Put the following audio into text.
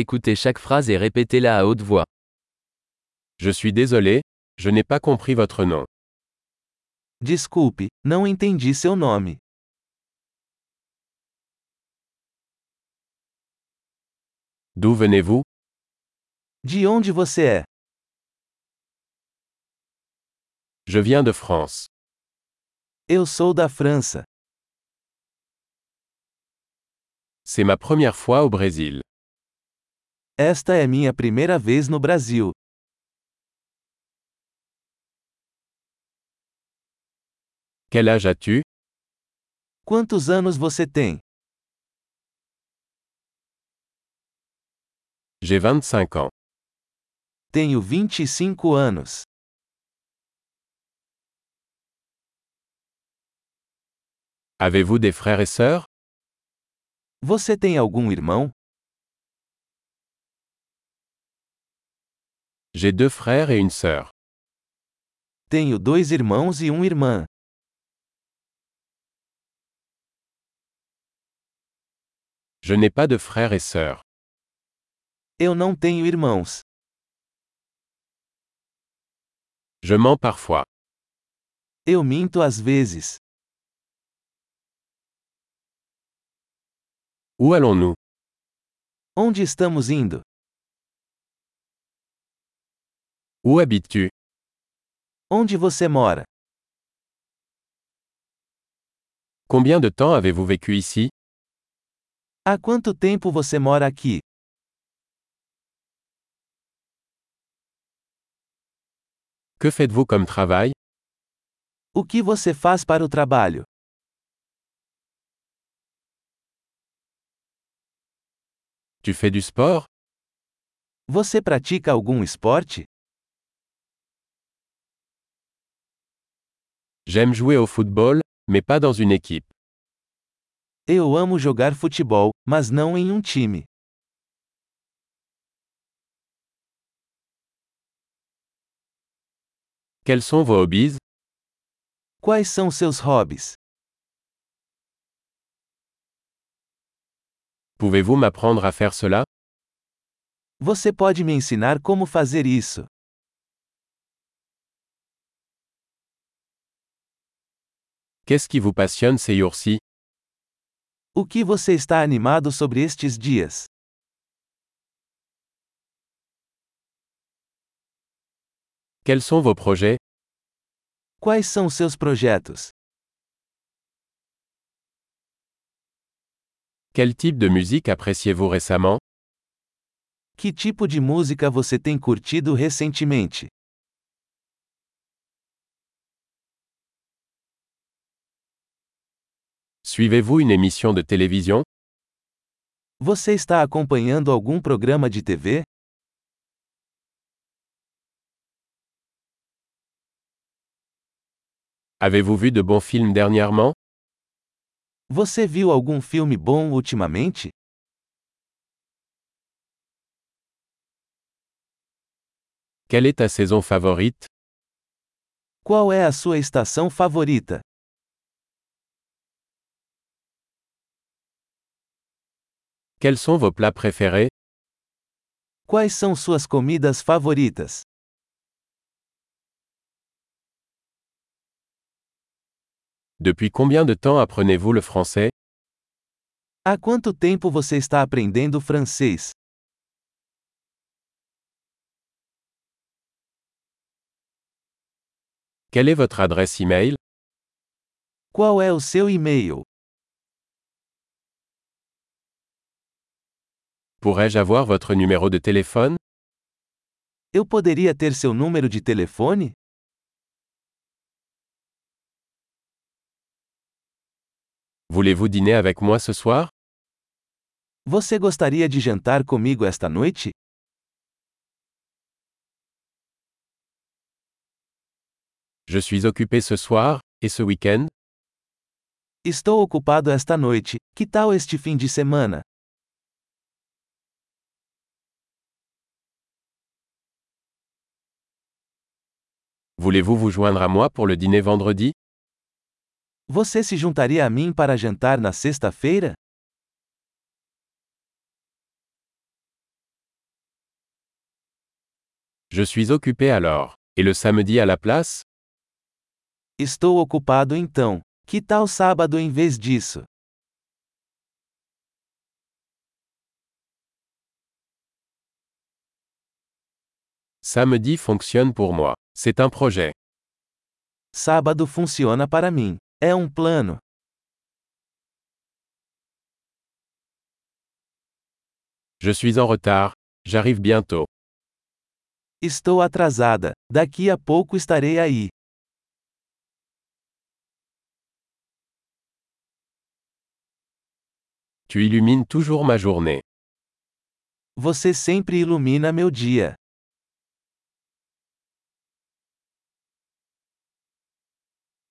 Écoutez chaque phrase et répétez-la à haute voix. Je suis désolé, je n'ai pas compris votre nom. Desculpe, não entendi seu nome. D'où venez-vous De onde você é? Je viens de France. Eu sou da França. C'est ma première fois au Brésil. Esta é minha primeira vez no Brasil. Quel âge as-tu Quantos anos você tem? J'ai 25 ans. Tenho 25 anos. Avez-vous des frères et sœurs Você tem algum irmão? J'ai deux frères et une sœur. Tenho dois irmãos e uma irmã. Je n'ai pas de frères et sœurs. Eu não tenho irmãos. Je mens parfois. Eu minto às vezes. Où allons-nous Onde estamos indo? Où habites-tu Onde você mora? Combien de temps avez-vous vécu ici Há quanto tempo você mora aqui? Que faites-vous comme travail O que você faz para o trabalho? Tu fais du sport Você pratica algum esporte? J'aime jouer au football, mais pas dans une équipe. Eu amo jogar futebol, mas não em um time. Quels sont vos hobbies Quais são seus hobbies? Pouvez-vous m'apprendre à faire cela Você pode me ensinar como fazer isso? Qu'est-ce qui vous passionne ces jours-ci O que você está animado sobre estes dias? Quels sont vos projets Quais são seus projetos? Quel type de musique appréciez-vous récemment Que tipo de música você tem curtido recentemente? Suivez-vous une émission de télévision Você está acompanhando algum programa de TV? Avez-vous vu de bons films dernièrement Você viu algum filme bom ultimamente? Quelle est ta saison favorite Qual é a sua estação favorita? Quels sont vos plats préférés Quais são suas comidas favoritas? Depuis combien de temps apprenez-vous le français Há quanto tempo você está aprendendo francês? Quelle est votre adresse e-mail Qual é o seu e-mail? Pourrais-je avoir votre numéro de téléphone Eu poderia ter seu número de telefone? Voulez-vous dîner avec moi ce soir Você gostaria de jantar comigo esta noite? Je suis occupé ce soir, et ce week-end Estou ocupado esta noite, que tal este fim de semana? Voulez-vous vous joindre à moi pour le dîner vendredi Você se juntaria a mim para jantar na sexta-feira? Je suis occupé alors. Et le samedi à la place Estou ocupado então. Que tal sábado em vez disso? Samedi fonctionne pour moi. C'est un projet. Sábado funciona para mim. É um plano. Je suis en retard. J'arrive bientôt. Estou atrasada. Daqui a pouco estarei aí. Tu illumines toujours ma journée. Você sempre ilumina meu dia.